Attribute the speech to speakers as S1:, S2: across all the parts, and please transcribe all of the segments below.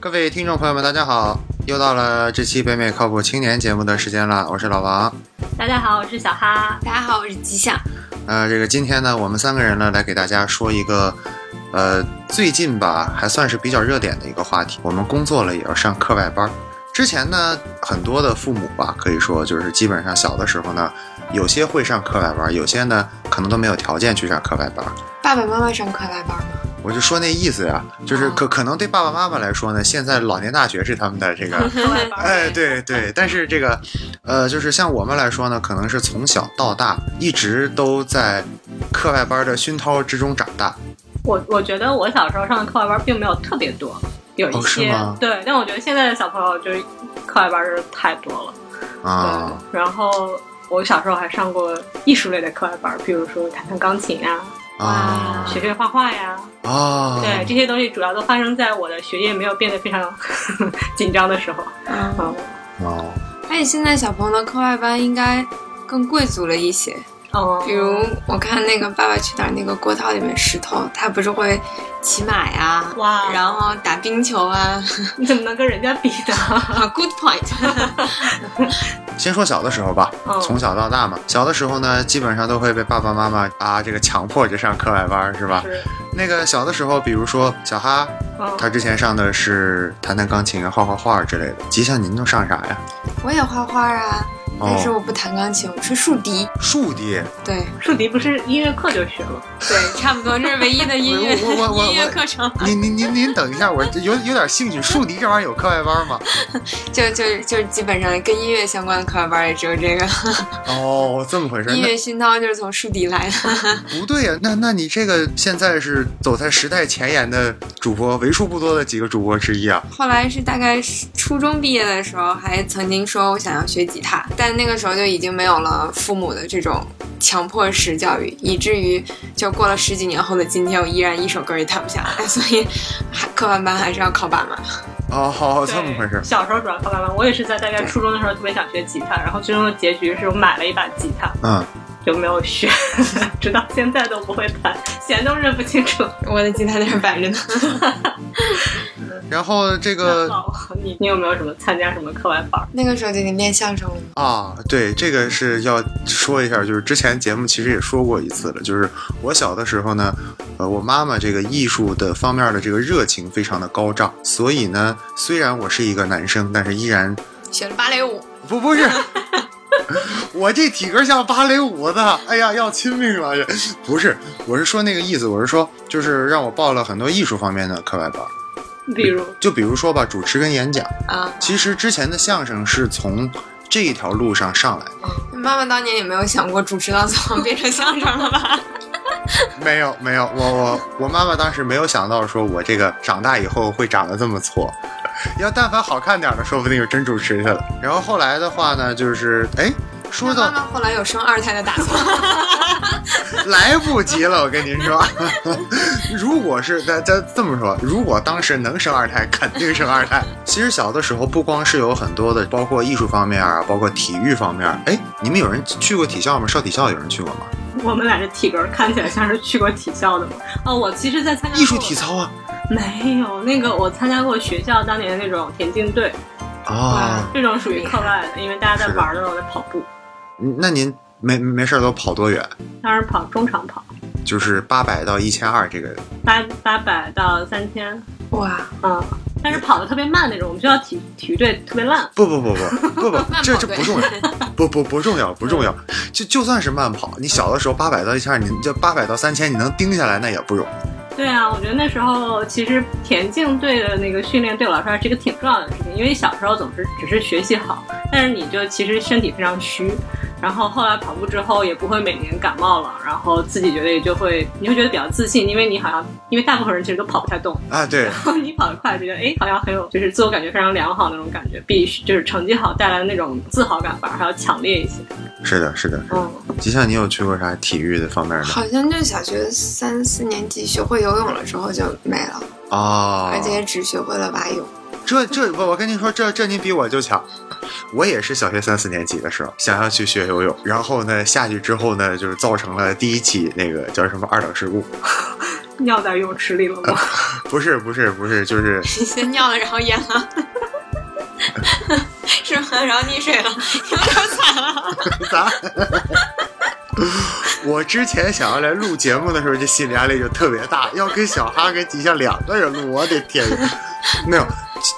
S1: 各位听众朋友们，大家好！又到了这期北美靠谱青年节目的时间了，我是老王。
S2: 大家好，我是小哈。
S3: 大家好，我是吉祥。
S1: 呃，这个今天呢，我们三个人呢来给大家说一个，呃，最近吧还算是比较热点的一个话题。我们工作了也要上课外班儿。之前呢，很多的父母吧，可以说就是基本上小的时候呢，有些会上课外班儿，有些呢可能都没有条件去上课外班儿。
S3: 爸爸妈妈上课外班吗？
S1: 我就说那意思呀，就是可可能对爸爸妈妈来说呢，现在老年大学是他们的这个哎，对对，但是这个，呃，就是像我们来说呢，可能是从小到大一直都在课外班的熏陶之中长大。
S2: 我我觉得我小时候上的课外班并没有特别多，有一
S1: 哦是
S2: 些、
S1: 吗
S2: 对，但我觉得现在的小朋友就是课外班儿太多了。
S1: 啊、
S2: 对，然后我小时候还上过艺术类的课外班儿，比如说弹弹钢琴啊，
S1: 啊
S2: 学学画画呀。
S1: 啊！
S2: 对，这些东西主要都发生在我的学业没有变得非常 紧张的时候。
S3: 嗯，
S2: 嗯，
S1: 哦，
S3: 而且现在小朋友的课外班应该更贵族了一些。
S2: 哦，
S3: 比如我看那个《爸爸去哪儿》那个郭涛里面石头，他不是会骑马呀，
S2: 哇，
S3: 然后打冰球 啊
S2: 你怎么能跟人家比 呢？
S3: ，Good point。
S1: 先说小的时候吧，
S2: 嗯
S1: 从小到大嘛，小的时候呢，基本上都会被爸爸妈妈啊这个强迫着上课外班，是吧？
S2: 是，
S1: 那个小的时候，比如说小哈，
S2: 嗯，
S1: 他之前上的是弹弹钢琴、画画画之类的。吉祥，您都上啥呀？
S3: 我也画画啊，但是
S1: 哦，
S3: 我不弹钢琴，我吹竖笛。
S1: 竖笛。
S3: 对
S2: 竖笛不是音乐课就学了。
S3: 对，差不多，这是唯一的 音乐
S1: 我我我我
S3: 音乐课程，
S1: 您您您您等一下，我这有有点兴趣，竖笛这玩意儿有课外班吗？
S3: 就就就是基本上跟音乐相关的课外班也只有这个。
S1: 哦，这么回事儿，
S3: 音
S1: 那
S3: 乐熏陶就是从竖笛来的。
S1: 不对呀、那那你这个现在是走在时代前沿的主播，为数不多的几个主播之一啊。
S3: 后来是大概是初中毕业的时候，还曾经说我想要学吉他，但那个时候就已经没有了父母的这种强迫式教育，以至于就过了十几年后的今天，我依然一首歌也弹不下来，所以还课外班还是要靠爸妈。
S1: 哦，好，
S2: 对
S1: 这么回事儿。
S2: 小时候主要靠爸妈，我也是在大概初中的时候特别想学吉他，然后最终的结局是我买了一把吉他，
S1: 嗯，
S2: 就没有 学，直到现在都不会弹，弦都认不清楚。
S3: 我的吉他在这摆着呢。
S1: 然后这个
S2: 老王哦你你有没有什么参加什么课外班儿？
S3: 那个时候就已经练相声了。
S1: 啊，对，这个是要说一下，就是之前节目其实也说过一次了，就是我小的时候呢，呃，我妈妈这个艺术的方面的这个热情非常的高涨，所以呢，虽然我是一个男生，但是依然
S3: 学了芭蕾舞，
S1: 不不是， 我这体格像芭蕾舞的，哎呀，要亲命了！这不是，我是说那个意思，我是说，就是让我报了很多艺术方面的课外班儿，
S2: 比如
S1: 就比如说吧，主持跟演讲。
S3: 啊，
S1: 其实之前的相声是从这一条路上上来的，
S3: 妈妈当年也没有想过主持到最后变成相声了吧？
S1: 没有没有，我我我妈妈当时没有想到，说我这个长大以后会长得这么挫。要但凡好看点儿的，说不定就真主持去了。然后后来的话呢，就是哎，说
S3: 妈
S1: 到
S3: 妈后来有生二胎的打算，
S1: 来不及了，我跟您说， 如果是咱咱这么说，如果当时能生二胎，肯定生二胎。其实小的时候不光是有很多的，包括艺术方面啊，包括体育方面。哎，你们有人去过体校吗？上体校有人去过吗？
S2: 我们俩这体格看起来像是去过体校的吗？哦，我其实，在参加过
S1: 艺术体操啊
S2: 没有那个，我参加过学校当年那种田径队，
S1: 啊！
S2: 这种属于课外的，因为大家在玩儿的时候在跑步，
S1: 那您没没事儿都跑多远？
S2: 当然跑中长跑，
S1: 就是八百到一千二这个
S2: 八八百到三千，
S3: 哇，
S2: 嗯，但是跑的特别慢那种。我们学校体体育队特别烂，
S1: 不不不不不不
S3: 慢，
S1: 这
S3: 跑
S1: 这
S3: 对
S1: 不重要，不不不重要，不重要。就就算是慢跑，你小的时候八百到一千二，你这八百到三千，你能盯下来那也不容易。
S2: 对啊，我觉得那时候其实田径队的那个训练对我来说还是一个挺重要的事情，因为小时候总是只是学习好，但是你就其实身体非常虚，然后后来跑步之后也不会每年感冒了，然后自己觉得也就会，你会觉得比较自信，因为你好像因为大部分人其实都跑不太动，
S1: 啊，对，
S2: 然后你跑得快，觉得哎好像很有就是自我感觉非常良好那种感觉，比就是成绩好带来的那种自豪感反而还要强烈一些。
S1: 是的，是的，是的。
S2: 嗯，
S1: 吉祥，你有去过啥体育的方面的
S3: 好像就小学三四年级学会游泳了之后就没了，
S1: 啊？
S3: 而且也只学会了蛙泳。
S1: 这这我我跟你说，这这你比我就强。我也是小学三四年级的时候想要去学游泳，然后呢下去之后呢，就是造成了第一起那个叫什么二等事故，
S2: 尿在游泳池里了吗？
S1: 不是不是不是，就是
S3: 你先尿了，然后淹了，是吗？然后溺水了，有点惨了。
S1: 咱。我之前想要来录节目的时候，这心理压力就特别大，要跟小哈跟吉祥两个人录，我的天呀！没有，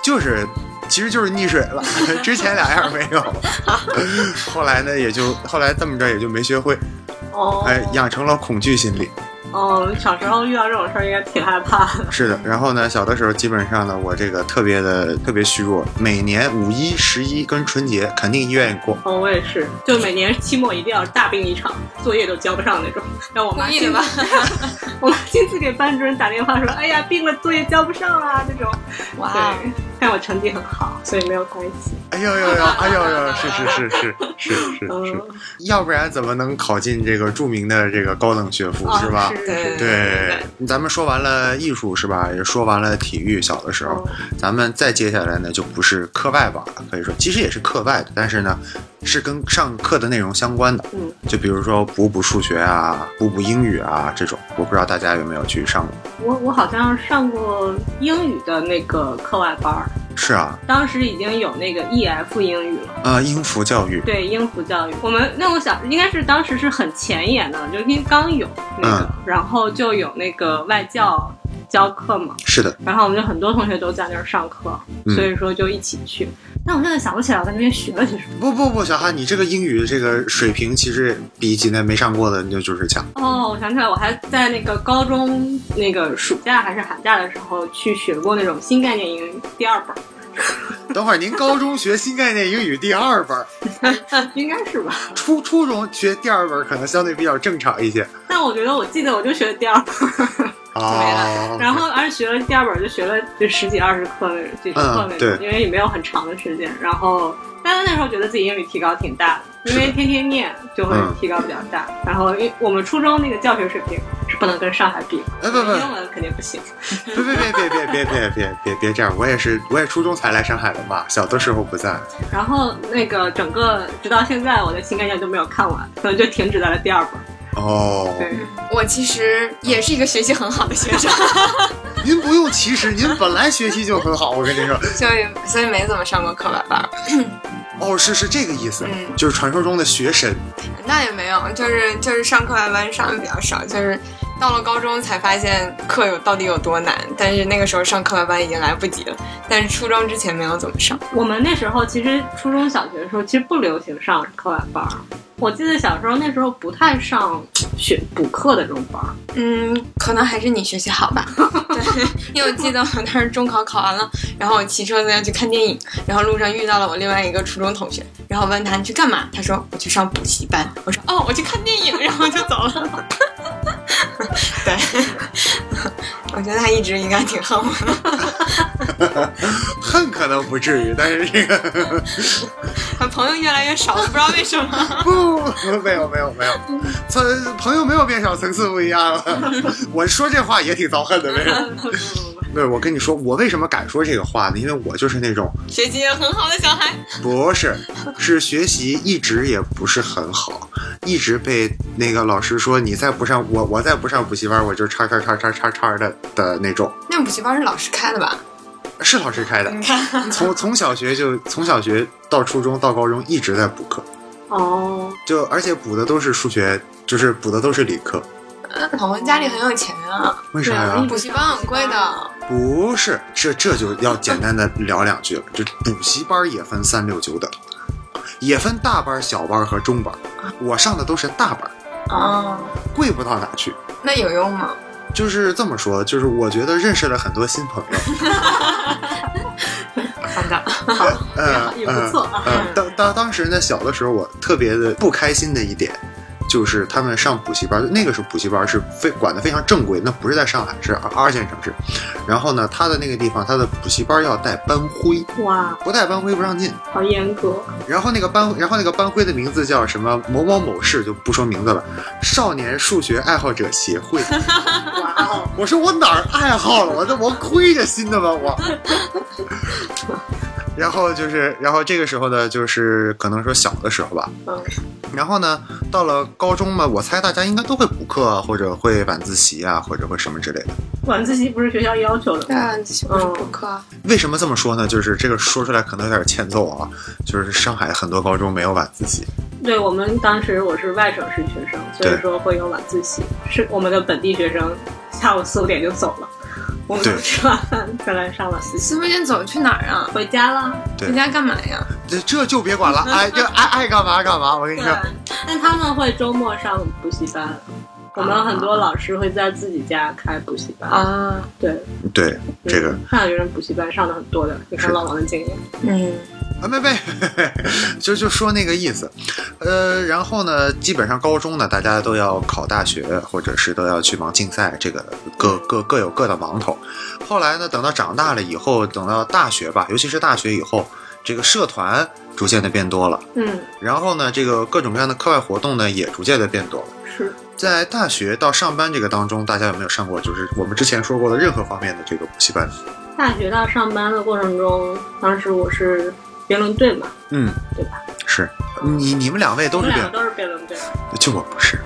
S1: 就是其实就是溺水了，之前俩样没有。后来呢，也就后来这么着也就没学会，
S2: 哦，
S1: 哎，养成了恐惧心理。
S2: 哦，小时候遇到这种事儿应该挺害怕的。
S1: 是的，然后呢，小的时候基本上呢，我这个特别的特别虚弱，每年五一、十一跟春节肯定医院过。
S2: 哦，我也是，就每年期末一定要大病一场，作业都交不上那种。让我妈
S3: 故意的吧
S2: 亲自？ 我妈亲自给班主任打电话说：“哎呀，病了，作业交不上啊。”这种。
S3: 哇，哦
S2: 对，但我成绩很好，所以没有关系。
S1: 哎呦呦呦，哎呦呦，是是是是是是是，
S2: 嗯，
S1: 要不然怎么能考进这个著名的这个高等学府、
S2: 啊
S1: 是吧？
S2: 是
S3: 对
S1: 对，咱们说完了艺术是吧？也说完了体育，小的时
S2: 嗯
S1: 候，咱们再接下来呢，就不是课外班了，可以说其实也是课外的，但是呢，是跟上课的内容相关的。
S2: 嗯，
S1: 就比如说补补数学啊，补补英语啊这种，我不知道大家有没有去上过。
S2: 我我好像上过英语的那个课外班儿，
S1: 是啊，
S2: 当时已经有那个 EF 英语了。
S1: 呃，英孚教育，
S2: 对英孚教育，我们那我想应该是当时是很前沿的，就因为刚有那个，
S1: 嗯
S2: 然后就有那个外教教课嘛，
S1: 是的，
S2: 然后我们就很多同学都在那儿上课，
S1: 嗯
S2: 所以说就一起去。但我现在想不起来我在那边学了些什么。
S1: 不不不，小哈，你这个英语这个水平其实比几年没上过的就就是 强。
S2: 哦，我想起来，我还在那个高中那个暑假还是寒假的时候去学过那种新概念英语第二本儿，
S1: 等会儿您高中学新概念英语第二本儿，
S2: 应该是吧？
S1: 初初中学第二本儿可能相对比较正常一些。
S2: 但我觉得我记得我就学了第二本儿。
S1: 哦，
S2: 然后而且学了第二本儿就学了就十几二十课那几十课那种，
S1: 嗯对
S2: 因为也没有很长的时间。然后，但是那时候觉得自己英语提高挺大的，因
S1: 是
S2: 为
S1: 的
S2: 天天念就会
S1: 嗯
S2: 提高比较大。然后，因为我们初中那个教学水平是不能跟上海比的，
S1: 哎不不
S2: 英文肯定不行。
S1: 别别别别别别别别别别这样！我也是，我也初中才来上海的嘛，小的时候不在。
S2: 然后那个整个直到现在，我的新概念都没有看完，可能就停止在了第二本儿。
S1: 哦，
S2: 对，
S3: 我其实也是一个学习很好的学生，
S1: 您不用歧视，您本来学习就很好，我跟您说。
S3: 所以所以没怎么上过课外班儿。
S1: 哦，是是这个意思，
S3: 嗯
S1: 就是传说中的学神。
S3: 那也没有，就是就是上课外班上的比较少，就是到了高中才发现课有到底有多难。但是那个时候上课外班已经来不及了，但是初中之前没有怎么上。
S2: 我们那时候其实初中小学的时候，其实不流行上课外班儿。我记得小时候那时候不太上学补课的这种 班儿。
S3: 嗯，可能还是你学习好 吧。对，因为我记得我当时中考考完了，然后我骑车子要去看电影，然后路上遇到了我另外一个初中同学，然后问他你去干嘛？他说我去上补习班。我说哦，我去看电影，然后就走 了。对，我觉得他一直应该挺恨我的，
S1: 恨可能不至于，但是这 个
S3: 他朋友越来越少，我不知道为什么。
S1: 不没有没有没有，
S2: 嗯
S1: 层朋友没有变少，层次不一样 了。我说这话也挺遭恨的，没有。对，我跟你说，我为什么敢说这个话呢？因为我就是那种
S3: 学习也很好的小孩，
S1: 不是，是学习一直也不是很好，一直被那个老师说你再不上我，我再不上补习班，我就叉叉叉叉叉叉的的那种。
S3: 那补习班是老师开的吧？
S1: 是老师开的，
S3: 你看，
S1: 从从小学就从小学到初中到高中一直在补课，
S2: 哦，
S1: 就而且补的都是数学，就是补的都是理科。
S3: 老王家里很有钱啊，
S1: 为啥呀
S2: 对？
S3: 补习班很贵的。
S1: 不是，这这就要简单的聊两句了。这补习班也分三六九等，也分大班、小班和中班。我上的都是大班，
S3: 哦，
S1: 贵不到哪去。
S3: 那有用吗？
S1: 就是这么说，就是我觉得认识了很多新朋 友，
S3: 好 的。
S1: 呃，
S2: 也不错啊
S1: 呃呃当当当时呢，小的时候我特别的不开心的一点，就是他们上补习班，那个时候补习班是非管的非常正规，那不是在上海，是二二线城市。然后呢，他的那个地方，他的补习班要带班徽，
S2: 哇，
S1: 不带班徽不让进。
S2: 好严格，
S1: 然后那个班，然后那个班徽的名字叫什么某某某市，就不说名字了。少年数学爱好者协会。
S2: 哇哦，
S1: 我说我哪儿爱好了？我这我亏着心的吧我。 然后就是，然后这个时候呢，就是可能说小的时候吧，
S2: 嗯
S1: 然后呢，到了高中嘛，我猜大家应该都会补课啊，或者会晚自习啊，或者会什么之类的。
S2: 晚自习不是学校要求的
S3: 对
S2: 吗？
S3: 啊，就是补课，
S1: 为什么这么说呢？就是这个说出来可能有点欠揍啊，就是上海很多高中没有晚自习。
S2: 对我们当时我是外省市学生，所以
S1: 对
S2: 说会有晚自习。是我们的本地学生下午四五点就走了，我们
S1: 对
S2: 吃完饭再来上晚自习，
S3: 四五点走去哪儿啊？
S2: 回家啦。
S1: 对
S3: 回，家干嘛呀？
S1: 这这就别管了，哎，这爱爱干嘛干嘛。我跟你
S2: 对
S1: 说，，
S2: 但他们会周末上补习班。我们很多老师会在自己家开补习班，
S3: 啊，
S2: 对，
S1: 对这个
S2: 上海学生补习班上的很多的，你看
S1: 是
S2: 老王的经验，
S3: 嗯，，
S1: 啊，没没，就就说那个意思。呃，然后呢，基本上高中呢，大家都要考大学，或者是都要去忙竞赛，这个各各各有各的忙头。后来呢，等到长大了以后，等到大学吧，尤其是大学以后，这个社团逐渐的变多了，
S2: 嗯，
S1: 然后呢，这个各种各样的课外活动呢，也逐渐的变多了。
S2: 嗯是，
S1: 在大学到上班这个当中，大家有没有上过就是我们之前说过的任何方面的这个补习班？
S2: 大学到上班的过程中，当时我是辩论队嘛，
S1: 嗯，
S2: 对吧？
S1: 是你你们两位
S2: 我
S1: 都是
S2: 们
S1: 辩
S2: 两个都是辩论队，
S1: 就我不是，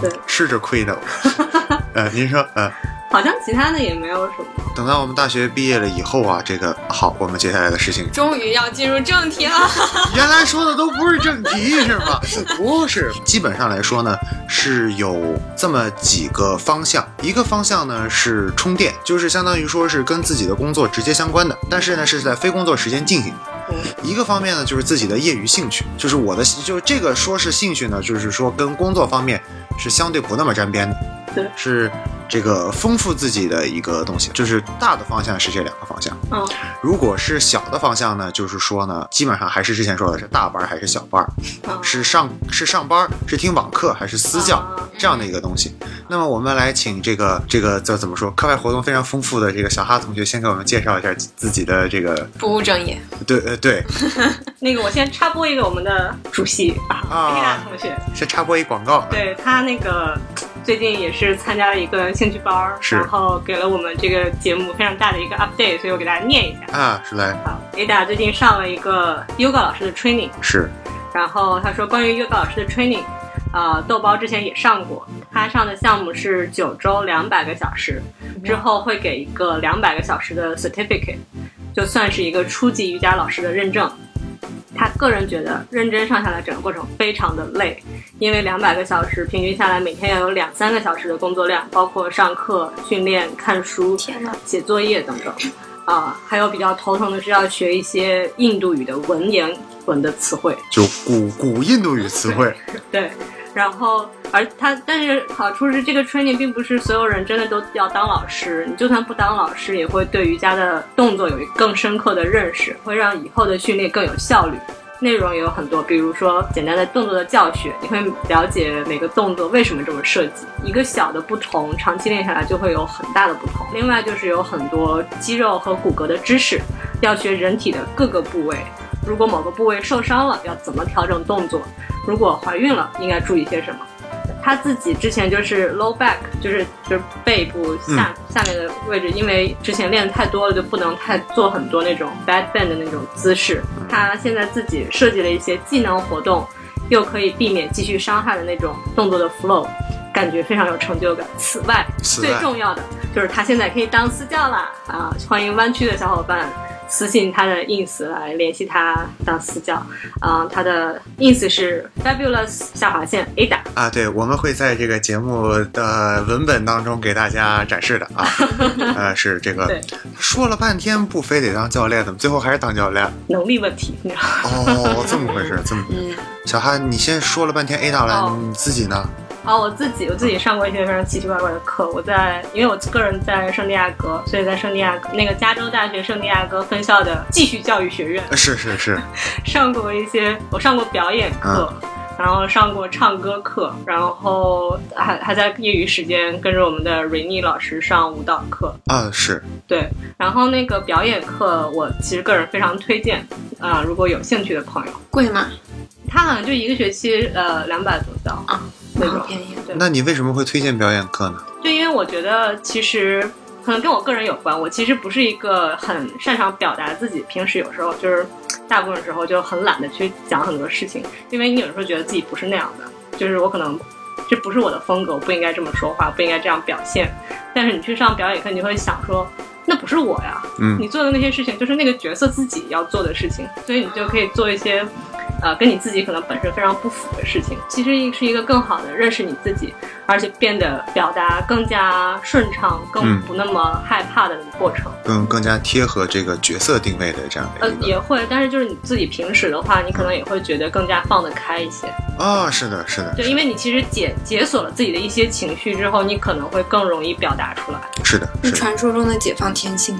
S2: 对
S1: 吃着亏的我。呃，您说，呃，
S2: 好像其他的也没有什么。
S1: 等到我们大学毕业了以后啊，这个好，我们接下来的事情
S3: 终于要进入正题了。
S1: 原来说的都不是正题是吗？不是，基本上来说呢，是有这么几个方向，一个方向呢是充电，就是相当于说是跟自己的工作直接相关的，但是呢是在非工作时间进行的。
S2: 嗯
S1: 一个方面呢，就是自己的业余兴趣，就是我的，就是这个说是兴趣呢，就是说跟工作方面是相对不那么沾边的，
S2: 对
S1: 是这个丰富自己的一个东西。就是大的方向是这两个方向，
S2: 嗯，
S1: 如果是小的方向呢，就是说呢，基本上还是之前说的是大班儿还是小班儿，
S2: 嗯
S1: 是上是上班儿，是听网课还是私教
S2: 啊
S1: 这样的一个东西。那么我们来请这个这个叫怎么说，课外活动非常丰富的这个小哈同学，先给我们介绍一下自己的这个
S3: 不务正业，
S1: 对呃对，
S2: 那个，我先插播一个我们的主席
S1: 啊
S2: 啊，丽娜 同学，
S1: 是插播一广告。
S2: 对他那个最近也是参加了一个兴趣班儿，
S1: 是
S2: 然后给了我们这个节目非常大的一个 update，所以我给大家念一下。
S1: 啊，是来
S2: 好，Ada 最近上了一个 yoga 老师的 training，
S1: 是
S2: 然后他说关于 yoga 老师的 training，呃，豆包之前也上过，他上的项目是九周两百个小时，之后会给一个两百个小时的 certificate，就算是一个初级瑜伽老师的认证。他个人觉得认真上下来整个过程非常的累，因为两百个小时平均下来每天要有两三个小时的工作量，包括上课、训练、看书、
S3: 天哪！
S2: 写作业等等。啊，还有比较头疼的是要学一些印度语的文言文的词汇。
S1: 就古古印度语词汇，
S2: 对，然后而他，但是好处是这个 training 并不是所有人真的都要当老师，你就算不当老师，也会对瑜伽的动作有一个更深刻的认识，会让以后的训练更有效率。内容也有很多，比如说简单的动作的教学，你会了解每个动作为什么这么设计。一个小的不同，长期练下来就会有很大的不同。另外就是有很多肌肉和骨骼的知识，要学人体的各个部位。如果某个部位受伤了，要怎么调整动作？如果怀孕了，应该注意些什么？她自己之前就是 low back，就是就是背部下、下面的位置，因为之前练的太多了，就不能太做很多那种 bad bend 的那种姿势。她现在自己设计了一些技能活动，又可以避免继续伤害的那种动作的 flow，感觉非常有成就感。此外，
S1: 此
S2: 最
S1: 外
S2: 重要的就是他现在可以当私教啦啊！欢迎湾区的小伙伴私信他的 ins 来联系他当私教啊。他的 ins 是 fabulous 下划线 ada。
S1: 啊，对，我们会在这个节目的文本当中给大家展示的 啊，呃，是这个
S2: 对
S1: 说了半天不非得当教练，怎么最后还是当教练？
S2: 能力问题，你知道吗
S1: 哦，这么回事，这么回事。
S3: 嗯，
S1: 小哈，你先说了半天 A 大来，
S2: 哦
S1: 你自己呢？
S2: 啊，我自己我自己上过一些非常奇奇怪怪的课。我在，因为我个人在圣地亚哥，所以在圣地亚哥那个加州大学圣地亚哥分校的继续教育学院
S1: 呃是是是，
S2: 上过一些，我上过表演课，然后上过唱歌课，然后还还在业余时间跟着我们的瑞妮老师上舞蹈课。
S1: 啊是，
S2: 对，然后那个表演课我其实个人非常推荐啊、如果有兴趣的朋友，
S3: 贵吗？
S2: 他好像就一个学期呃两百多刀
S3: 啊，
S2: 那
S3: 好
S2: 种。
S3: 便宜。
S2: 对
S1: 那你为什么会推荐表演课呢？
S2: 就因为我觉得其实可能跟我个人有关，我其实不是一个很擅长表达自己，平时有时候就是大部分时候就很懒得去讲很多事情，因为你有时候觉得自己不是那样的，就是我可能这不是我的风格，我不应该这么说话，不应该这样表现。但是你去上表演课，你会想说，那不是我呀，
S1: 嗯
S2: 你做的那些事情就是那个角色自己要做的事情，所以你就可以做一些，呃，跟你自己可能本身非常不符的事情。其实是一个更好的认识你自己，而且变得表达更加顺畅，更
S1: 嗯
S2: 不那么害怕的过程。
S1: 更更加贴合这个角色定位的这样的
S2: 呃
S1: 一，个
S2: 也会，但是就是你自己平时的话，你可能也会觉得更加放得开一些。
S1: 啊、是的，是的，
S2: 对，因为你其实解解锁了自己的一些情绪之后，你可能会更容易表达出来。
S1: 是的，是
S3: 是
S1: 的，
S3: 传说中的解放天性。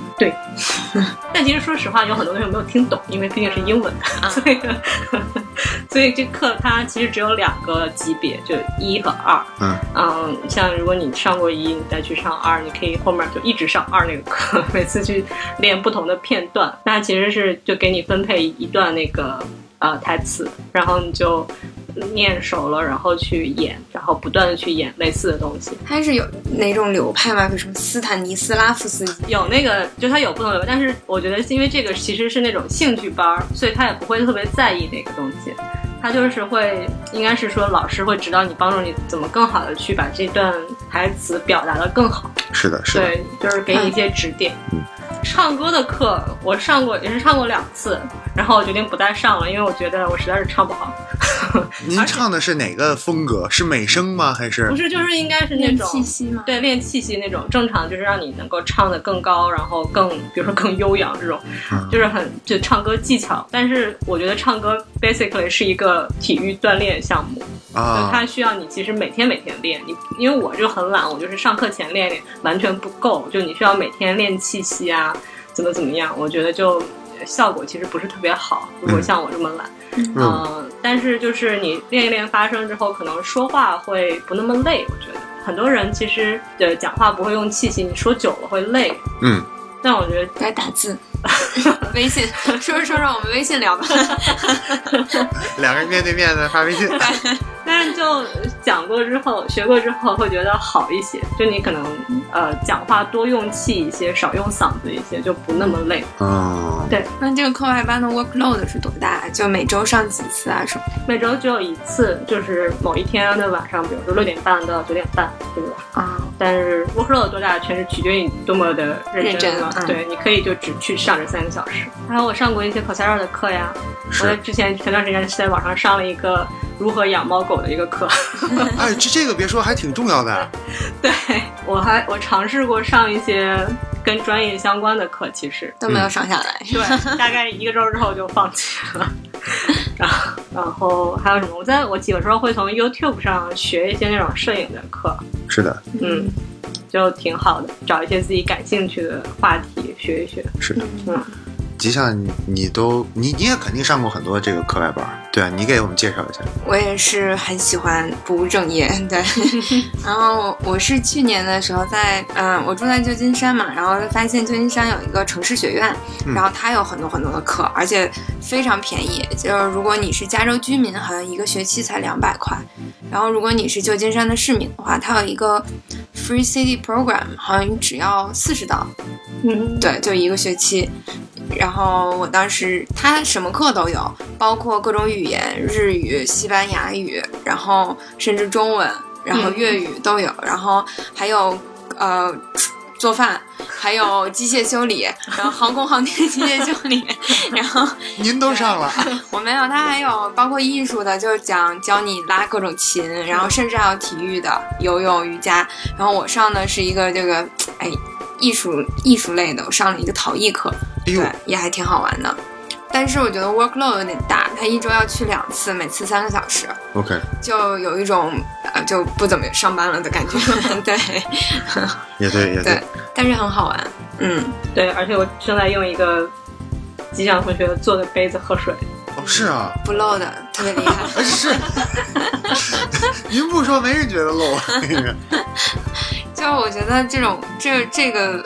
S2: 但其实说实话，有很多东西我没有听懂，因为毕竟是英文，
S3: 啊
S2: 所以 所以这课它其实只有两个级别，就一和二。
S1: 嗯
S2: 嗯，像如果你上过一，你再去上二，你可以后面就一直上二那个课， 每次去练不同的片段。那其实是就给你分配一段那个呃台词，然后你就。念熟了，然后去演，然后不断的去演类似的东西。
S3: 它是有哪种流派吗？比如什么斯坦尼斯拉夫斯基？
S2: 有那个，就他有不同有，但是我觉得是因为这个其实是那种兴趣班儿，所以他也不会特别在意那个东西。他就是会，应该是说老师会指导你，帮助你怎么更好的去把这段台词表达的更好。
S1: 是的，是的，
S2: 对，就是给你一些指点。
S1: 嗯
S2: 唱歌的课我上过，也是上过两次，然后我决定不再上了，因为我觉得我实在是唱不好。
S1: 您唱的是哪个风格？是美声吗？还是
S2: 不是，就是应该是那种
S3: 气息吗？
S2: 对，练气息那种，正常就是让你能够唱得更高，然后更比如说更悠扬这种，
S1: 嗯
S2: 就是很就唱歌技巧。但是我觉得唱歌 basically 是一个体育锻炼项目，就
S1: 啊
S2: 它？需要你其实每天每天练。你因为我就很懒，我就是上课前练练完全不够，就你需要每天练气息啊，怎么怎么样，我觉得就效果其实不是特别好。如果
S1: 嗯
S2: 像我这么懒。
S1: 嗯
S2: 嗯，但是就是你练一练发声之后，可能说话会不那么累。我觉得很多人其实呃讲话不会用气息，你说久了会累。
S1: 嗯，
S2: 但我觉得
S3: 该打 字。微信，说着说着我们微信 聊吧。
S1: 两个人面对面的发微信，
S2: 但是就讲过之后，学过之后会觉得好一些。就你可能呃讲话多用气一些，少用嗓子一些，就不那么累。
S1: 嗯，
S3: 那这个课外班的 workload 是多大？啊就每周上几次啊？什么？
S2: 每周只有一次，就是某一天的晚上，比如说六点半到九点半，对吧？
S3: 啊，
S2: 但是 workload 多大，全是取决于你多么的认真了。
S3: 认真嗯
S2: 对，你可以就只去上这三个小时。还有我上过一些 Coursera 的课呀，我在
S1: 是，
S2: 之前前段时间是在网上上了一个如何养猫狗的一个 课。
S1: 哎，这这个别说，还挺重要的，
S2: 对我还我尝试过上一些跟专业相关的课，其实
S3: 都没有上下来。
S2: 对，大概一个周之后就放弃 了。然后，然后还有什么？我在我有时候会从 YouTube 上学一些那种摄影的课，
S1: 是的，
S2: 嗯，就挺好的，找一些自己感兴趣的话题学一学。
S1: 是的。
S3: 嗯，
S2: 嗯，
S1: 吉祥，你你都你你也肯定上过很多这个课外班儿，对啊，你给我们介绍一下。
S3: 我也是很喜欢不务正业， 对。然后我是去年的时候在，嗯、我住在旧金山嘛，然后就发现旧金山有一个城市学院，
S1: 嗯
S3: 然后它有很多很多的课，而且非常便宜。就是如果你是加州居民，好像一个学期才两百块。然后如果你是旧金山的市民的话，它有一个 Free City Program，好像只要四十刀，
S2: 嗯，
S3: 对，就一个学期。然后我当时他什么课都有，包括各种语言，日语、西班牙语，然后甚至中文，然后
S2: 嗯
S3: 粤语都有，然后还有呃做饭，还有机械修理，然后航空航天机械修理，然后
S1: 您都上了，
S3: 我没有，他还有包括艺术的，就是讲教你拉各种琴，然后甚至还有体育的，游泳、瑜伽。然后我上的是一个这个，哎，艺术艺术类的，我上了一个陶艺课，
S1: 哎呦
S3: 对，，也还挺好玩的。但是我觉得 workload 有点大，他一周要去两次，每次三个小时，
S1: OK，
S3: 就有一种呃就不怎么上班了的感觉。 对
S1: 也对也对
S3: 对，但是很好玩，嗯。
S2: 对，而且我正在用一个吉祥同学做的杯子喝水。
S1: 哦是啊，
S3: 不漏的，特别厉害。
S1: 哎是，您不说没人觉得啊 low，
S3: 就我觉得这种这这个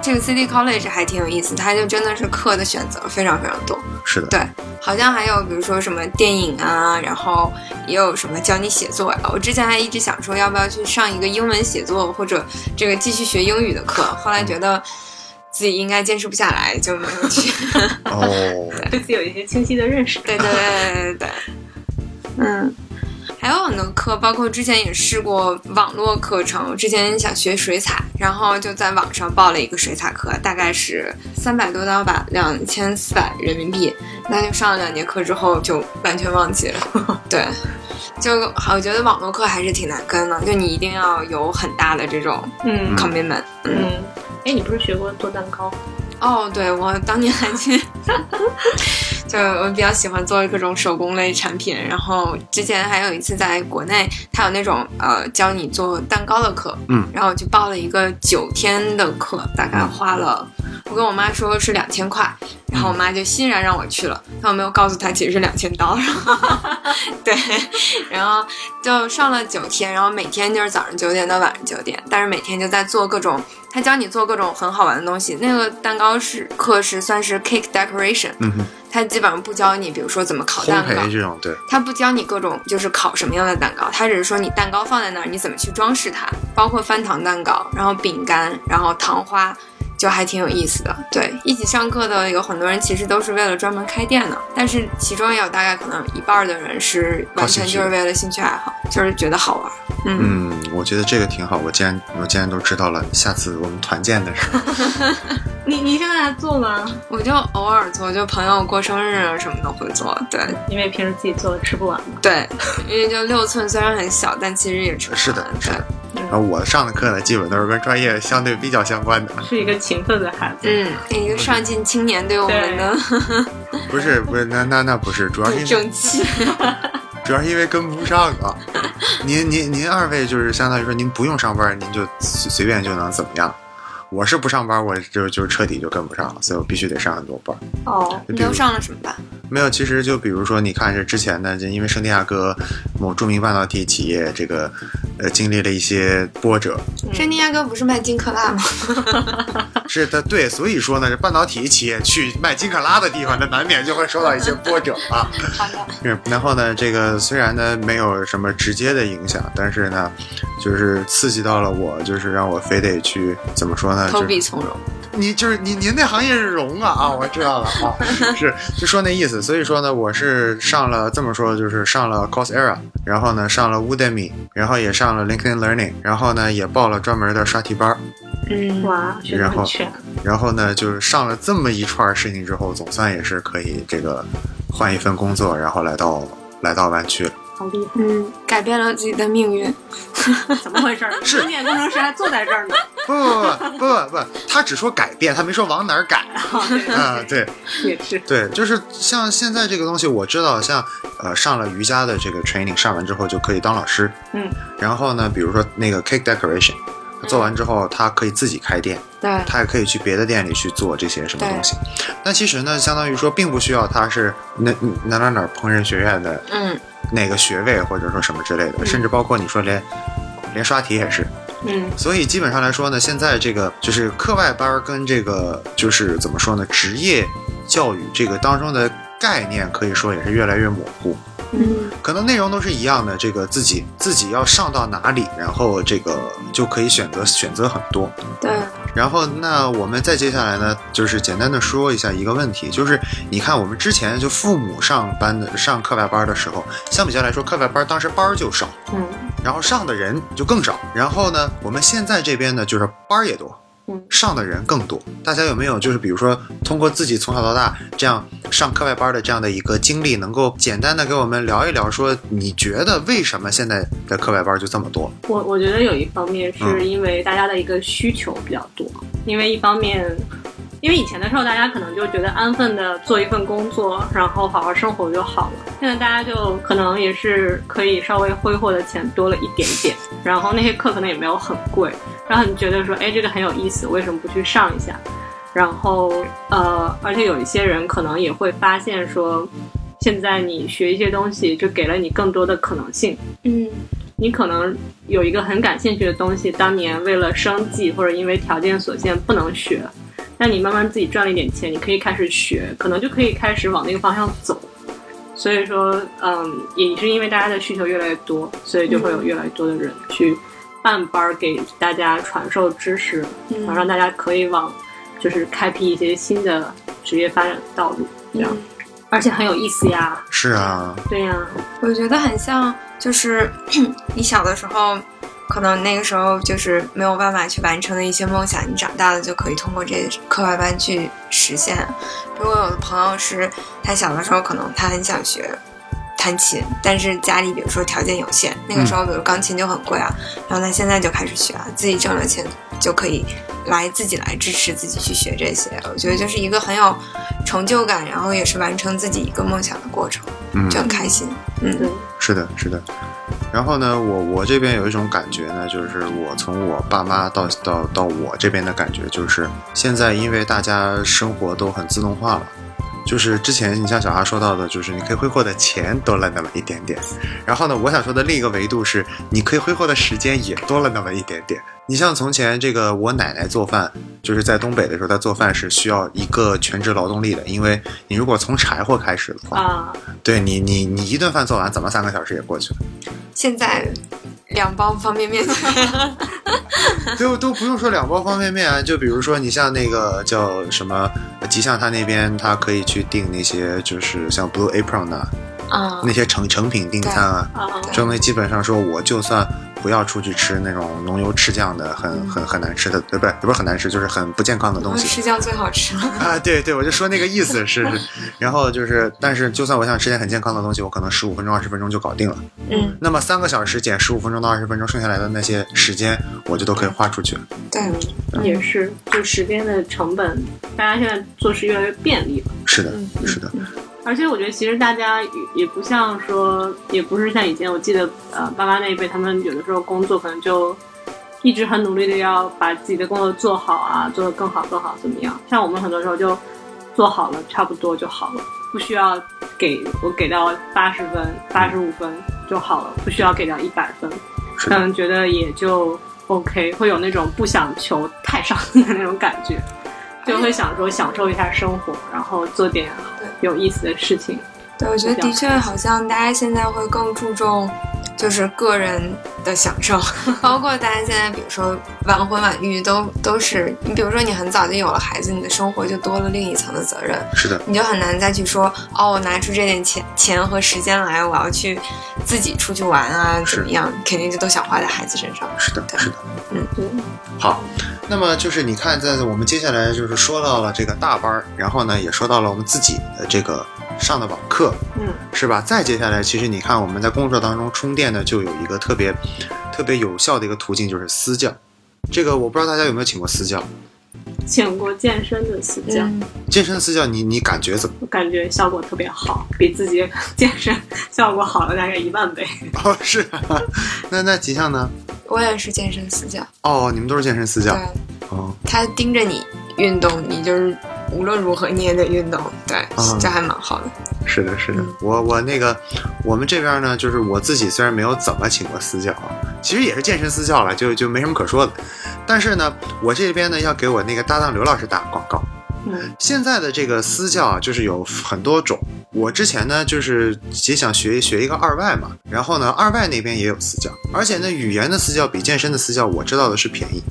S3: 这个 City College 还挺有意思，它就真的是课的选择非常非常多。
S1: 是 的，
S3: 对，好像还有比如说什么电影啊，然后也有什么教你写作呀、啊我之前还一直想说要不要去上一个英文写作或者这个继续学英语的课，后来觉得。自己应该坚持不下来，就没有去。
S1: 哦，
S2: 对自己有一些清晰的认识。
S3: 对对对对对对，嗯，还有很多课，包括之前也试过网络课程。我之前想学水彩，然后就在网上报了一个水彩课，大概是三百多刀吧，两千四百人民币。那就上了两节课之后，就完全忘记了。对，就好我觉得网络课还是挺难跟的，就你一定要有很大的这种
S2: 嗯
S3: commitment。嗯，
S2: 嗯，哎，你不是学过做蛋糕？
S3: 哦，对我当年还去，就我比较喜欢做各种手工类产品。然后之前还有一次在国内，它有那种呃教你做蛋糕的课，
S1: 嗯，
S3: 然后我就报了一个九天的课，大概花了，我跟我妈说是两千块，然后我妈就欣然让我去了，但我没有告诉她其实是两千刀。 然后对，然后就上了九天，然后每天就是早上九点到晚上九点，但是每天就在做各种，他教你做各种很好玩的东西。那个蛋糕是课是算是 cake decoration，
S1: 嗯哼，
S3: 他基本上不教你，比如说怎么烤
S1: 烘
S3: 蛋糕
S1: 焙，这种对，
S3: 他不教你各种就是烤什么样的蛋糕，他只是说你蛋糕放在那儿，你怎么去装饰它，包括翻糖蛋糕，然后饼干，然后糖花。就还挺有意思的，对，一起上课的有很多人其实都是为了专门开店的，但是其中也有大概可能一半儿的人是
S1: 靠
S3: 完
S1: 兴
S3: 全
S1: 趣
S3: 就是为了兴趣爱好，就是觉得好玩儿，嗯
S1: 嗯，我觉得这个挺好，我竟然我竟然都知道了，下次我们团建的时候，
S2: 你你现在还做吗？
S3: 我就偶尔做，就朋友过生日啊什么的会做。对
S2: 因为平时自己做吃不完嘛。
S3: 对，因为就六寸虽然很小，但其实也吃不
S1: 是的
S3: 完，
S1: 是的。
S2: 嗯
S1: 然后我上的课呢，基本都是跟专业相对比较相关的，
S2: 是一个勤奋的孩子。
S3: 对，嗯，一个上进青年对我们的
S1: 不是不是，那那那不是，主要是因为
S3: 正气，
S1: 主要是因为跟不上啊。您您您二位就是相当于说您不用上班，您就随随便就能怎么样。我是不上班，我就就彻底就跟不上了，所以我必须得上很多班。
S2: 哦，
S1: 就
S3: 你
S1: 比如
S3: 都上了什么班？
S1: 没有，其实就比如说，你看这之前呢，就因为圣地亚哥某著名半导体企业这个呃经历了一些波折，
S3: 圣地亚哥不是卖金克拉吗？
S1: 是的，对，所以说呢，这半导体企业去卖金克拉的地方，那难免就会受到一些波折啊。
S3: 好的，
S1: 是，然后呢，这个虽然呢没有什么直接的影响，但是呢，就是刺激到了我，就是让我非得去怎么说呢？
S3: 投
S1: 就
S3: 笔从戎。
S1: 你就是你您那行业是融啊啊，我知道了 啊，是就说那意思。所以说呢，我是上了这么说，就是上了 Coursera，然后呢上了 Udemy，然后也上了 LinkedIn Learning，然后呢也报了专门的刷题班儿，
S3: 嗯，
S2: 哇，学的
S1: 然后
S2: 很全。
S1: 然后呢就是上了这么一串儿事情之后，总算也是可以这个换一份工作，然后来到来到湾区了。
S2: 好厉害！
S3: 嗯，改变了自己的命运。
S2: 怎么回事儿？
S1: 是
S2: 关键工程师还坐在这儿 呢。
S1: 不不不不不不，他只说改变，他没说往哪儿改
S2: 啊
S1: 啊、
S2: 对
S1: 对
S2: 也是。
S1: 对，就是像现在这个东西，我知道，像呃上了瑜伽的这个 training，上完之后就可以当老师。
S2: 嗯。
S1: 然后呢，比如说那个 cake decoration，做完之后他可以自己开店，
S3: 对，
S1: 他也可以去别的店里去做这些什么
S3: 对
S1: 东西。但其实呢，相当于说并不需要他是哪哪哪哪烹饪学院的
S3: 嗯
S1: 哪个学位或者说什么之类的，
S2: 嗯
S1: 甚至包括你说连连刷题也是。
S2: 嗯，
S1: 所以基本上来说呢，现在这个就是课外班儿跟这个就是怎么说呢，职业教育这个当中的概念，可以说也是越来越模糊。
S3: 嗯，
S1: 可能内容都是一样的，这个自己自己要上到哪里，然后这个就可以选择选择很多。
S3: 对，
S1: 然后，那我们再接下来呢，就是简单的说一下一个问题，就是你看我们之前就父母上班的上课外班的时候，相比较来说，课外班当时班儿就少，
S2: 嗯，
S1: 然后上的人就更少。然后呢，我们现在这边呢，就是班儿也多，
S2: 嗯，
S1: 上的人更多。大家有没有就是比如说通过自己从小到大这样上课外班的这样的一个经历，能够简单的给我们聊一聊，说你觉得为什么现在的课外班就这么多？
S2: 我我觉得有一方面是
S1: 嗯
S2: 因为大家的一个需求比较多，因为一方面。因为以前的时候，大家可能就觉得安分的做一份工作，然后好好生活就好了。现在大家就可能也是可以稍微挥霍的钱多了一点点，然后那些课可能也没有很贵，然后你觉得说，哎，这个很有意思，为什么不去上一下？然后呃，而且有一些人可能也会发现说，现在你学一些东西，就给了你更多的可能性。
S3: 嗯
S2: 你可能有一个很感兴趣的东西，当年为了生计或者因为条件所限不能学，但你慢慢自己赚了一点钱，你可以开始学，可能就可以开始往那个方向走。所以说，嗯，也是因为大家的需求越来越多，所以就会有越来越多的人去办班儿给大家传授知识，然后
S3: 嗯，
S2: 让大家可以往就是开辟一些新的职业发展的道路，这样，而且很有意思呀，
S1: 是啊，
S2: 嗯对呀、
S3: 我觉得很像，就是 你小的时候，可能那个时候就是没有办法去完成的一些梦想，你长大了就可以通过这些课外班去实现。如果有的朋友是他小的时候，可能他很想学弹琴，但是家里比如说条件有限，那个时候比如钢琴就很贵啊，然后他现在就开始学啊，自己挣了钱就可以来自己来支持自己去学这些。我觉得就是一个很有成就感，然后也是完成自己一个梦想的过程，
S1: 嗯，
S3: 就很开心。嗯。
S2: 对，
S1: 是的，是的。然后呢，我我这边有一种感觉呢，就是我从我爸妈到到到我这边的感觉，就是现在因为大家生活都很自动化了，就是之前你像小哈说到的，就是你可以挥霍的钱多了那么一点点。然后呢，我想说的另一个维度是，你可以挥霍的时间也多了那么一点点。你像从前这个我奶奶做饭，就是在东北的时候，她做饭是需要一个全职劳动力的，因为你如果从柴火开始的话，
S2: 啊，
S1: 对你，你你一顿饭做完，怎么三个小时也过 去了？
S3: 现在两包方便面，
S1: 都都不用说两包方便面啊，就比如说你像那个叫什么呃吉祥，他那边他可以去订那些就是像 Blue Apron 啊，
S3: 啊
S1: 那些成成品订餐啊，
S2: 啊，
S1: 这种东西基本上说我就算不要出去吃那种浓油赤酱的，很很很难吃的，对不对？不是很难吃，就是很嗯不健康的东西。
S3: 吃酱最好吃了。
S1: 啊，对对，我就说那个意思是 是，然后就是，但是就算我想吃点很健康的东西，我可能十五分钟、二十分钟就搞定了。
S3: 嗯，
S1: 那么三个小时减十五分钟到二十分钟，剩下来的那些时间，我就都可以花出去。
S3: 对，
S2: 嗯，也是，就时间的成本，大家现在做事越来越便利了。
S1: 是的
S3: 嗯，
S1: 是的，
S2: 而且我觉得，其实大家也也不像说，也不是像以前，我记得呃，爸妈那一辈，他们有的时候工作可能就一直很努力的要把自己的工作做好啊，做得更好更好怎么样？像我们很多时候就做好了，差不多就好了，不需要给我给到八十分、八十五分就好了，不需要给到一百分，
S1: 是
S2: 他
S1: 的，
S2: 们觉得也就 OK，会有那种不想求太上进的那 种感觉，就会想说享受一下生活，然后做点
S3: 对
S2: 有意思的事情。
S3: 对，我觉得的确好像大家现在会更注重。就是个人的享受， 包括大家现在，比如说晚婚晚育都都是，你比如说你很早就有了孩子，你的生活就多了另一层的责任，
S1: 是的，
S3: 你就很难再去说哦，我拿出这点钱钱和时间来，我要去自己出去玩啊，怎么样？肯定就都想花在孩子身上。
S1: 是的，
S3: 对嗯
S1: 是的。
S2: 对，
S1: 好，那么就是你看，在我们接下来就是说到了这个大班儿，然后呢，也说到了我们自己的这个上的网课，
S2: 嗯，
S1: 是吧？再接下来，其实你看我们在工作当中充电的，就有一个特别特别有效的一个途径，就是私教。这个我不知道大家有没有请过私教，
S2: 请过健身的私教，
S3: 嗯，
S1: 健身私教你你感觉怎么？
S2: 我感觉效果特别好，比自己健身 效果好了大概一万倍。
S1: 哦， 是啊，那那吉祥呢？
S3: 我也是健身私教，
S1: 哦，你们都是健身私
S3: 对
S1: 教，哦，
S3: 他盯着你运动，你就是无论如何你也得运动，对，
S1: 嗯
S3: 这还蛮好的。
S1: 是的，是的
S3: 嗯，
S1: 我我那个我们这边呢，就是我自己虽然没有怎么请过私教啊，其实也是健身私教了，就就没什么可说的。但是呢，我这边呢要给我那个搭档刘老师打广告。
S2: 嗯
S1: 现在的这个私教啊，就是有很多种。我之前呢，就是也想学学一个二外嘛，然后呢，二外那边也有私教，而且呢，语言的私教比健身的私教我知道的是便宜，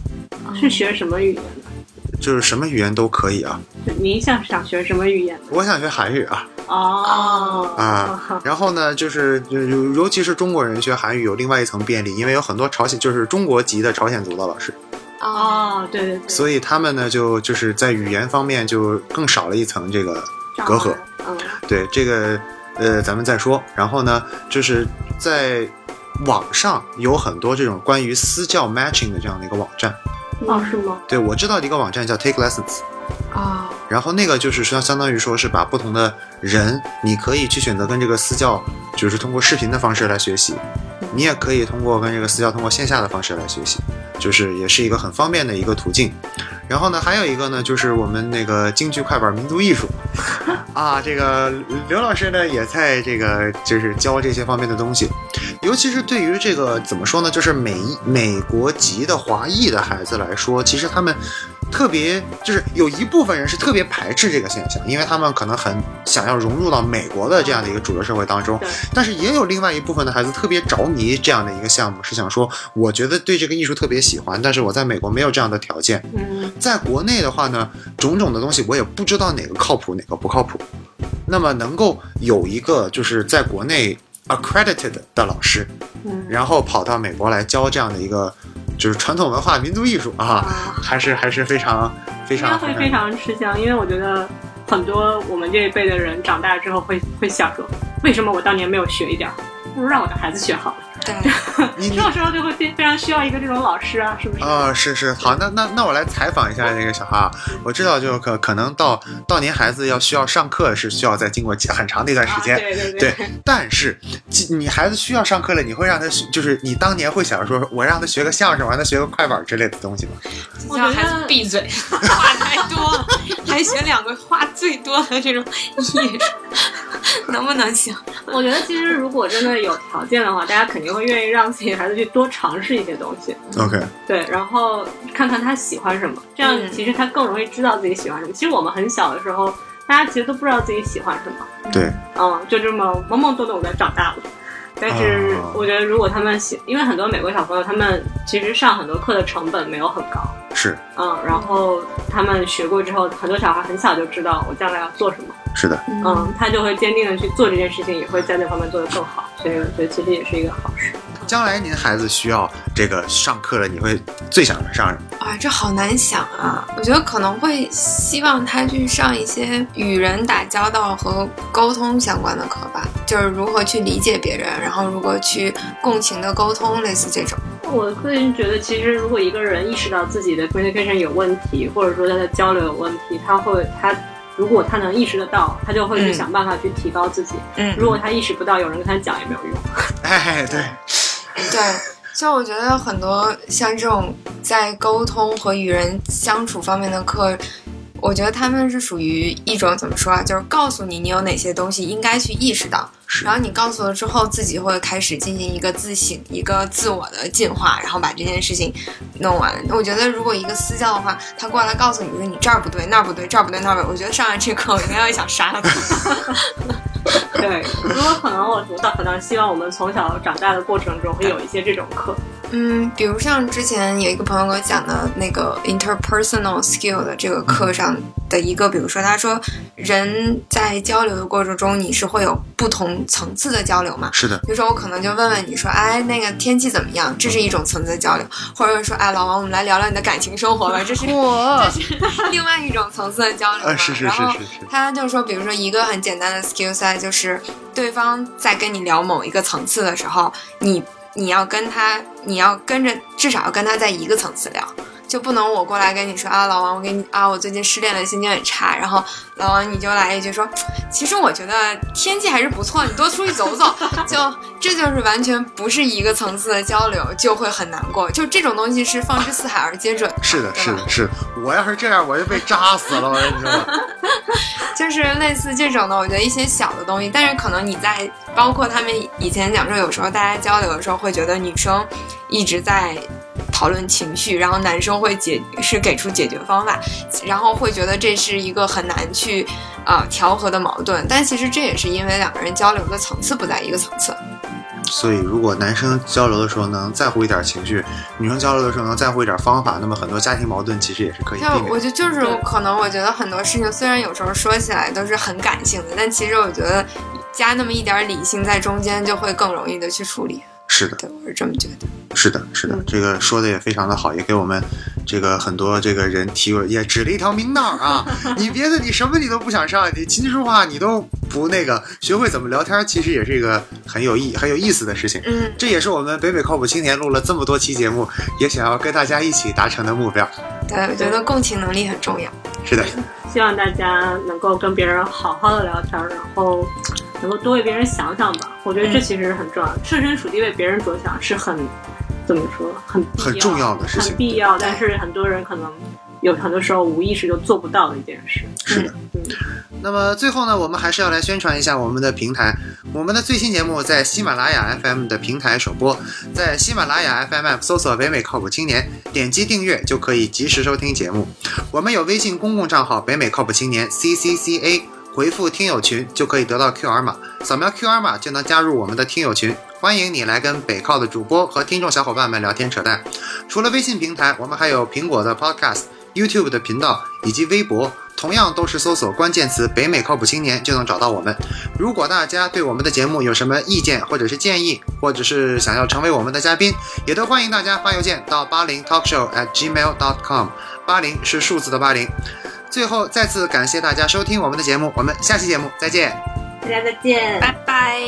S2: 是学什么语言的？
S1: 就是什么语言都可以啊。
S2: 您想想学什么语言的？
S1: 我想学韩语啊，
S2: 哦
S1: 啊，然后呢，就是就就尤其是中国人学韩语有另外一层便利，因为有很多朝鲜就是中国籍的朝鲜族的老师，
S3: 啊，
S2: 哦，对对对，
S1: 所以他们呢就就是在语言方面就更少了一层这个
S2: 障
S1: 隔阂
S2: 碍。嗯，
S1: 对这个呃，咱们再说。然后呢，就是在网上有很多这种关于私教 matching 的这样的一个网站。
S2: 哦，是吗？
S1: 对我知道的一个网站叫 Take Lessons，
S3: 啊，
S1: 然后那个就是相相当于说是把不同的人，你可以去选择跟这个私教，就是通过视频的方式来学习，你也可以通过跟这个私教通过线下的方式来学习，就是也是一个很方便的一个途径。然后呢，还有一个呢，就是我们那个京剧快板民族艺术，啊，这个刘老师呢也在这个就是教这些方面的东西，尤其是对于这个怎么说呢，就是美美国籍的华裔的孩子来说，其实他们特别就是有一部分人是特别排斥这个现象，因为他们可能很想要融入到美国的这样的一个主流社会当中
S2: 对。
S1: 但是也有另外一部分的孩子特别着迷这样的一个项目，是想说，我觉得对这个艺术特别喜欢，但是我在美国没有这样的条件。
S3: 嗯，
S1: 在国内的话呢，种种的东西我也不知道哪个靠谱，哪个不靠谱。那么能够有一个就是在国内 accredited 的老师，
S3: 嗯
S1: 然后跑到美国来教这样的一个就是传统文化、民族艺术啊，
S3: 啊，
S1: 还是还是非常非
S2: 应该
S1: 常
S2: 会非常吃香，因为我觉得很多我们这一辈的人长大之后会会想说，为什么我当年没有学一点儿，不如让我的孩子学好了。
S3: 对，
S1: 你
S2: 这
S1: 你
S2: 种时候就会非非常需要一个这种老师啊，是不是？
S1: 啊、是是好，那那那我来采访一下那个小孩啊。我知道，就是可可能到到您孩子要需要上课是需要再经过很长的一段时间，
S2: 啊、对对
S1: 对，但是即你孩子需要上课了，你会让他学就是你当年会想说，我让他学个相声，我让他学个快板之类的东西吗？
S2: 我
S3: 让
S2: 觉
S3: 孩子
S2: 得
S3: 闭嘴，话太多了， 还选两个话最多的这种艺术，能不能行？
S2: 我觉得其实如果真的有条件的话，大家肯定会愿意让自己孩子去多尝试一些东西，
S1: OK，
S2: 对，然后看看他喜欢什么，这样
S3: 嗯
S2: 其实他更容易知道自己喜欢什么。其实我们很小的时候，大家其实都不知道自己喜欢什么。
S1: 对，
S2: 嗯，就这么懵懵懂懂的长大了。但是
S1: 啊
S2: 我觉得，如果他们喜，因为很多美国小朋友，他们其实上很多课的成本没有很高，
S1: 是
S2: 嗯，然后他们学过之后，很多小孩很小就知道我将来要做什么，
S1: 是的，
S2: 嗯，他就会坚定的去做这件事情，也会在那方面做得更好，所以我觉得其实也是一个好事。
S1: 将来您孩子需要这个上课了，你会最想上什么？
S3: 啊，这好难想啊！我觉得可能会希望他去上一些与人打交道和沟通相关的课吧，就是如何去理解别人，然后如何去共情的沟通，类似这种。
S2: 我个人觉得，其实如果一个人意识到自己的 communication 有问题，或者说他的交流有问题，他会他如果他能意识得到，他就会去
S3: 嗯
S2: 想办法去提高自己。
S3: 嗯
S2: 如果他意识不到，有人跟他讲也没有用。
S1: 哎，对，
S3: 对，像我觉得很多像这种在沟通和与人相处方面的课，我觉得他们是属于一种怎么说啊，就是告诉你你有哪些东西应该去意识到，
S1: 是
S3: 然后你告诉了之后，自己会开始进行一个自省、一个自我的进化，然后把这件事情弄完。我觉得如果一个私教的话，他过来告诉你说你这儿不对，那儿不对，这儿不对，那儿不对，我觉得上完这课我应该会想杀了他。
S2: 对，如果可能，我我倒可能希望我们从小长大的过程中会有一些这种课。
S3: 嗯，比如像之前有一个朋友给我讲的那个 interpersonal skill 的这个课上的一个，比如说他说人在交流的过程中，你是会有不同层次的交流嘛？
S1: 是的，
S3: 比如说我可能就问问你说，哎，那个天气怎么样？这是一种层次的交流，或者说，哎，老王，我们来聊聊你的感情生活吧， 这是
S1: 哇，
S3: 另外一种层次的交流嘛。
S1: 呃，是是
S3: 然
S1: 是
S3: 后
S1: 是是，
S3: 他就说，比如说一个很简单的 skill set，就是对方在跟你聊某一个层次的时候，你你要跟他，你要跟着，至少要跟他在一个层次聊，就不能我过来跟你说啊，老王，我给你啊，我最近失恋了，心情很差，然后老王你就来一句说，其实我觉得天气还是不错，你多出去走走， 就这就是完全不是一个层次的交流，就会很难过。就这种东西是放之四海而皆准的，
S1: 是的，
S3: 对吧
S1: 是的，是的，我要是这样，我就被扎死了，我跟你说吧，
S3: 就是类似这种的，我觉得一些小的东西，但是可能你在包括他们以前讲说，有时候大家交流的时候会觉得女生一直在讨论情绪，然后男生会解是给出解决方法，然后会觉得这是一个很难去呃调和的矛盾，但其实这也是因为两个人交流的层次不在一个层次。
S1: 所以，如果男生交流的时候能在乎一点情绪，女生交流的时候能在乎一点方法，那么很多家庭矛盾其实也是可以避
S3: 那
S1: 免
S3: 我
S1: 的。
S3: 觉得就是
S2: 对
S3: 可能，我觉得很多事情虽然有时候说起来都是很感性的，但其实我觉得加那么一点理性在中间，就会更容易的去处理。
S1: 是的，
S3: 对，我是这么觉得。
S1: 是的，是的
S2: 嗯，
S1: 这个说的也非常的好，也给我们这个很多这个人提过，也指了一条明道啊。你别的你什么你都不想上，你琴棋书画你都不那个，学会怎么聊天，其实也是一个很有意很有意思的事情。
S3: 嗯，
S1: 这也是我们北美靠谱青年录了这么多期节目，也想要跟大家一起达成的目标。
S3: 对，我觉得共情能力很重要。
S1: 是的，
S2: 希望大家能够跟别人好好的聊天，然后能够多为别人想想吧。我觉得这
S3: 嗯
S2: 其实很重要，设身处地为别人着想是很怎么说，很必
S1: 很重要的事情
S2: 很必要。但是很多人可能有很多时候无意识就做不到的一件事。
S1: 是的。
S2: 嗯，
S1: 那么最后呢，我们还是要来宣传一下我们的平台。我们的最新节目在喜马拉雅 FM 的平台首播，在喜马拉雅 FM app 搜索“北美靠谱青年”，点击订阅就可以及时收听节目。我们有微信公共账号“北美靠谱青年 ”（CCCA），回复“听友群”就可以得到 QR 码，扫描 QR 码就能加入我们的听友群。欢迎你来跟北靠的主播和听众小伙伴们聊天扯淡。除了微信平台，我们还有苹果的 Podcast、YouTube 的频道以及微博，同样都是搜索关键词“北美靠谱青年”就能找到我们。如果大家对我们的节目有什么意见或者是建议，或者是想要成为我们的嘉宾，也都欢迎大家发邮件到八零 talk show at gmail dot com。八零是数字的八零。最后再次感谢大家收听我们的节目，我们下期节目再见。
S4: 大家再见，
S3: 拜拜。